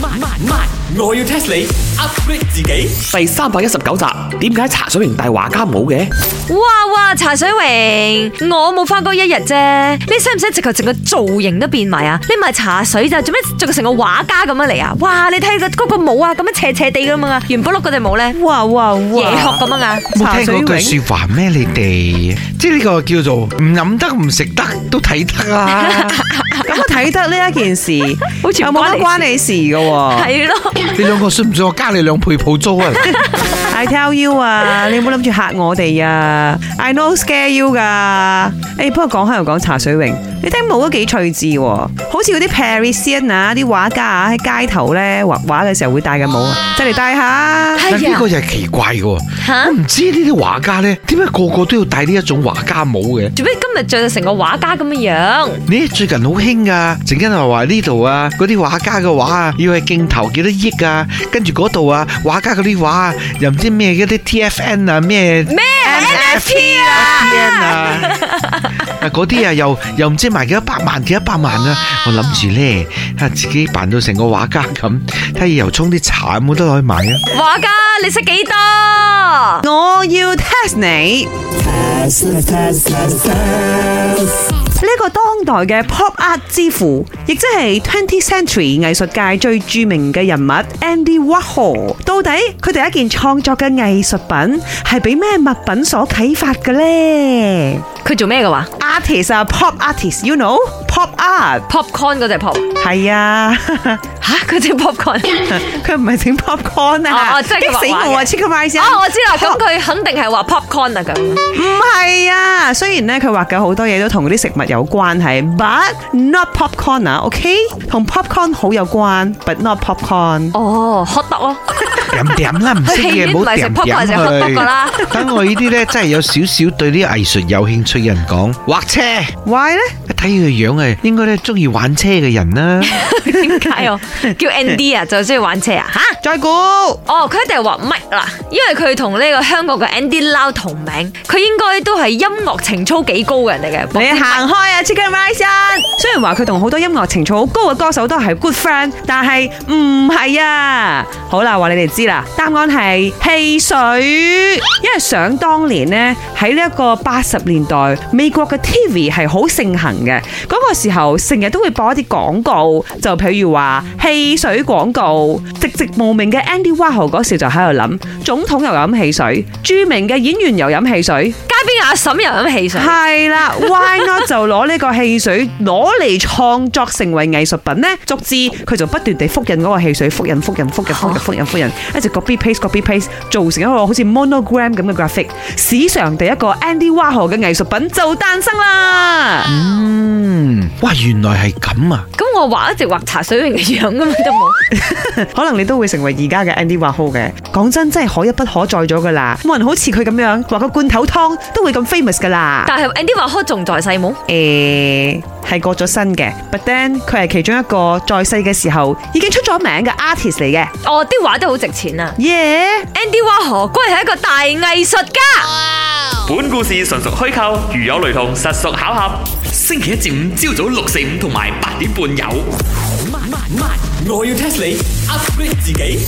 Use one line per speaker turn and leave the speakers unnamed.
慢慢慢，我要 test 你 upgrade 自己。第三百一十九集，點解茶水榮大畫家冇嘅？
哇哇，茶水榮，我冇翻工一日啫，你使唔使直頭成個造型都變埋啊？你咪茶水咋，做咩做個成個畫家咁樣嚟啊？哇，你睇佢嗰個帽啊，咁樣斜斜地咁樣啊，圓卜碌嗰隻帽咧，
哇哇
椰
哇！
殼咁樣啊，
茶
冇
水
聽過
榮
句説話咩？你哋即係呢個叫做唔飲得唔食得都睇得 啊啦。
啊咁我睇得呢一件事，
好似唔
又冇乜關
關
你事嘅
啊
喎。
係啊咯，
你兩個信唔信我加你兩倍鋪租啊？
I tell you 啊，你唔好諗住嚇我哋啊！I know scare you 噶。誒，不過講開又講茶水榮，你頂帽都幾趣致喎，好似嗰啲 Parisian 啊，啲畫家啊喺街頭咧畫畫嘅時候會戴嘅帽啊，即係嚟戴下。
係
但呢
啊
個，又係奇怪嘅喎，
吓
我唔知呢啲畫家咧點解個個都要戴呢一種畫家帽嘅？
做咩今日着到成個畫家咁嘅樣？
你最近好興噶，陣間又話呢度啊，嗰啲畫家嘅畫啊，要係鏡頭幾多億啊，跟住嗰度啊，畫家嗰啲畫啊，又唔知咩嗰啲 TFN 啊，咩咩 NFT 啊，TN 啊， 啊嗰啲啊又又唔知賣幾多百萬幾一百萬啊，我諗住咧啊自己扮到成個畫家咁，睇下又沖啲茶有冇得攞去賣啊？
畫家，你識幾多？
我要 test 你。呢個當代嘅 pop art 之父，亦即係 20th century 藝術界最著名嘅人物 Andy Warhol，到底佢哋一件創作嘅藝術品係俾咩物品所啟發嘅呢
佢做咩嘅話
Artist 啊，pop artist，you know，pop art
？popcorn 嗰隻 pop，
係啊，
吓佢隻 popcorn。
佢唔係整 popcorn
哦
啊，
哦即係佢
激死
畫畫嘅
我啊 c h i c k i
哦，我知啦，咁佢肯定係話 popcorn 啊咁。
唔係啊，雖然咧佢畫嘅好多嘢都同嗰啲食物有關係，but not popcorn 啊，OK？同 popcorn 好有關，but not popcorn。
哦，hot dog 咯，
掂掂啦，唔識 嘢唔好掂
去戲院咪食 popcorn 食 hot dog 㗎啦
掂去。等我呢啲咧，真係有少少對呢啲藝術有興趣嘅人講，畫車。
Why 咧？
一睇佢樣係應該咧中意玩車嘅人啦。
點解哦？叫 Andy 啊，就中意玩車啊？吓？
再估
哦，佢一定係話 Mike 啦，因為佢同呢個香港嘅 Andy Lau 同名，佢應該都係音樂情操幾高嘅人嚟嘅。
你行開啊，Chicken Rice 啊！雖然話佢同好多音樂情操好高嘅歌手都係 good friend，但係唔係啊！好啦，話你哋知啦，答案係汽水，因為想當年呢，喺呢一個八十年代，美國嘅 TV 係好盛行嘅，嗰、個時候成日都會播一啲廣告，就譬如話汽水廣告，籍籍無名嘅 Andy Warhol 嗰時就喺度諗，總統又飲汽水，著名嘅演員又飲汽水。
街邊阿嬸又飲汽水，
係啦，Why not 就攞呢個汽水攞嚟創作成為藝術品呢？逐字佢就不斷地複印嗰個汽水，複印、複印、複印、複印、複印、複印，一直 copy paste、copy paste，做成一個好似 monogram 咁嘅 graphic。史上第一個 Andy Warhol 嘅藝術品就誕生啦！
嗯，哇，原來係咁啊！
咁我畫一直畫茶水榮嘅樣咁樣都冇。
可能你都會成為而家嘅 Andy Warhol 嘅。講真，真係可一不可再咗噶啦，冇人好似佢咁樣話個罐頭湯都會咁 famous 噶啦。
但係 Andy 話開仲在世冇？
誒呃係過咗身嘅，but then 佢係其中一個在世嘅時候已經出咗名嘅 artist 嚟嘅，
哦，啲畫都好值錢啊
耶、
！Andy Warhol 居然係一個大藝術家。
本故事純屬虛構，如有雷同，實屬巧合。星期一至五朝早六四五同埋八點半有。慢慢慢，我要 test 你 upgrade 自己。